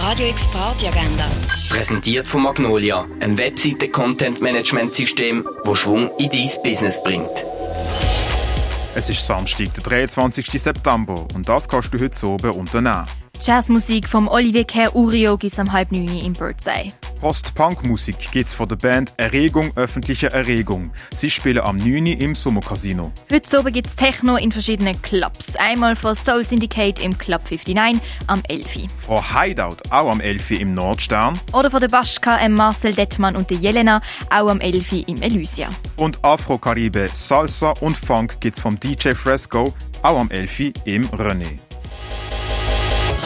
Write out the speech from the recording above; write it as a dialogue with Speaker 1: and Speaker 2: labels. Speaker 1: Radio X Party Agenda.
Speaker 2: Präsentiert von Magnolia, ein Webseite-Content-Management-System, wo Schwung in dein Business bringt.
Speaker 3: Es ist Samstag, der 23. September und das kannst du heute so unternehmen.
Speaker 4: Jazzmusik vom Olivier Kerr Urio gibt's am halb neun im Birdseye.
Speaker 3: Post-Punk-Musik geht's von der Band Erregung öffentliche Erregung. Sie spielen am 9. Uhr im Sommercasino.
Speaker 4: Heute oben gibt's Techno in verschiedenen Clubs. Einmal von Soul Syndicate im Club 59 am 11. Uhr.
Speaker 3: Von Hideout auch am 11. Uhr im Nordstern
Speaker 4: Oder von der Baschka, ähm Marcel Detmann und der Jelena, auch am 11. Uhr im Elysia.
Speaker 3: und Afro-Karibe, Salsa und Funk geht's vom DJ Fresco auch am 11. Uhr im René.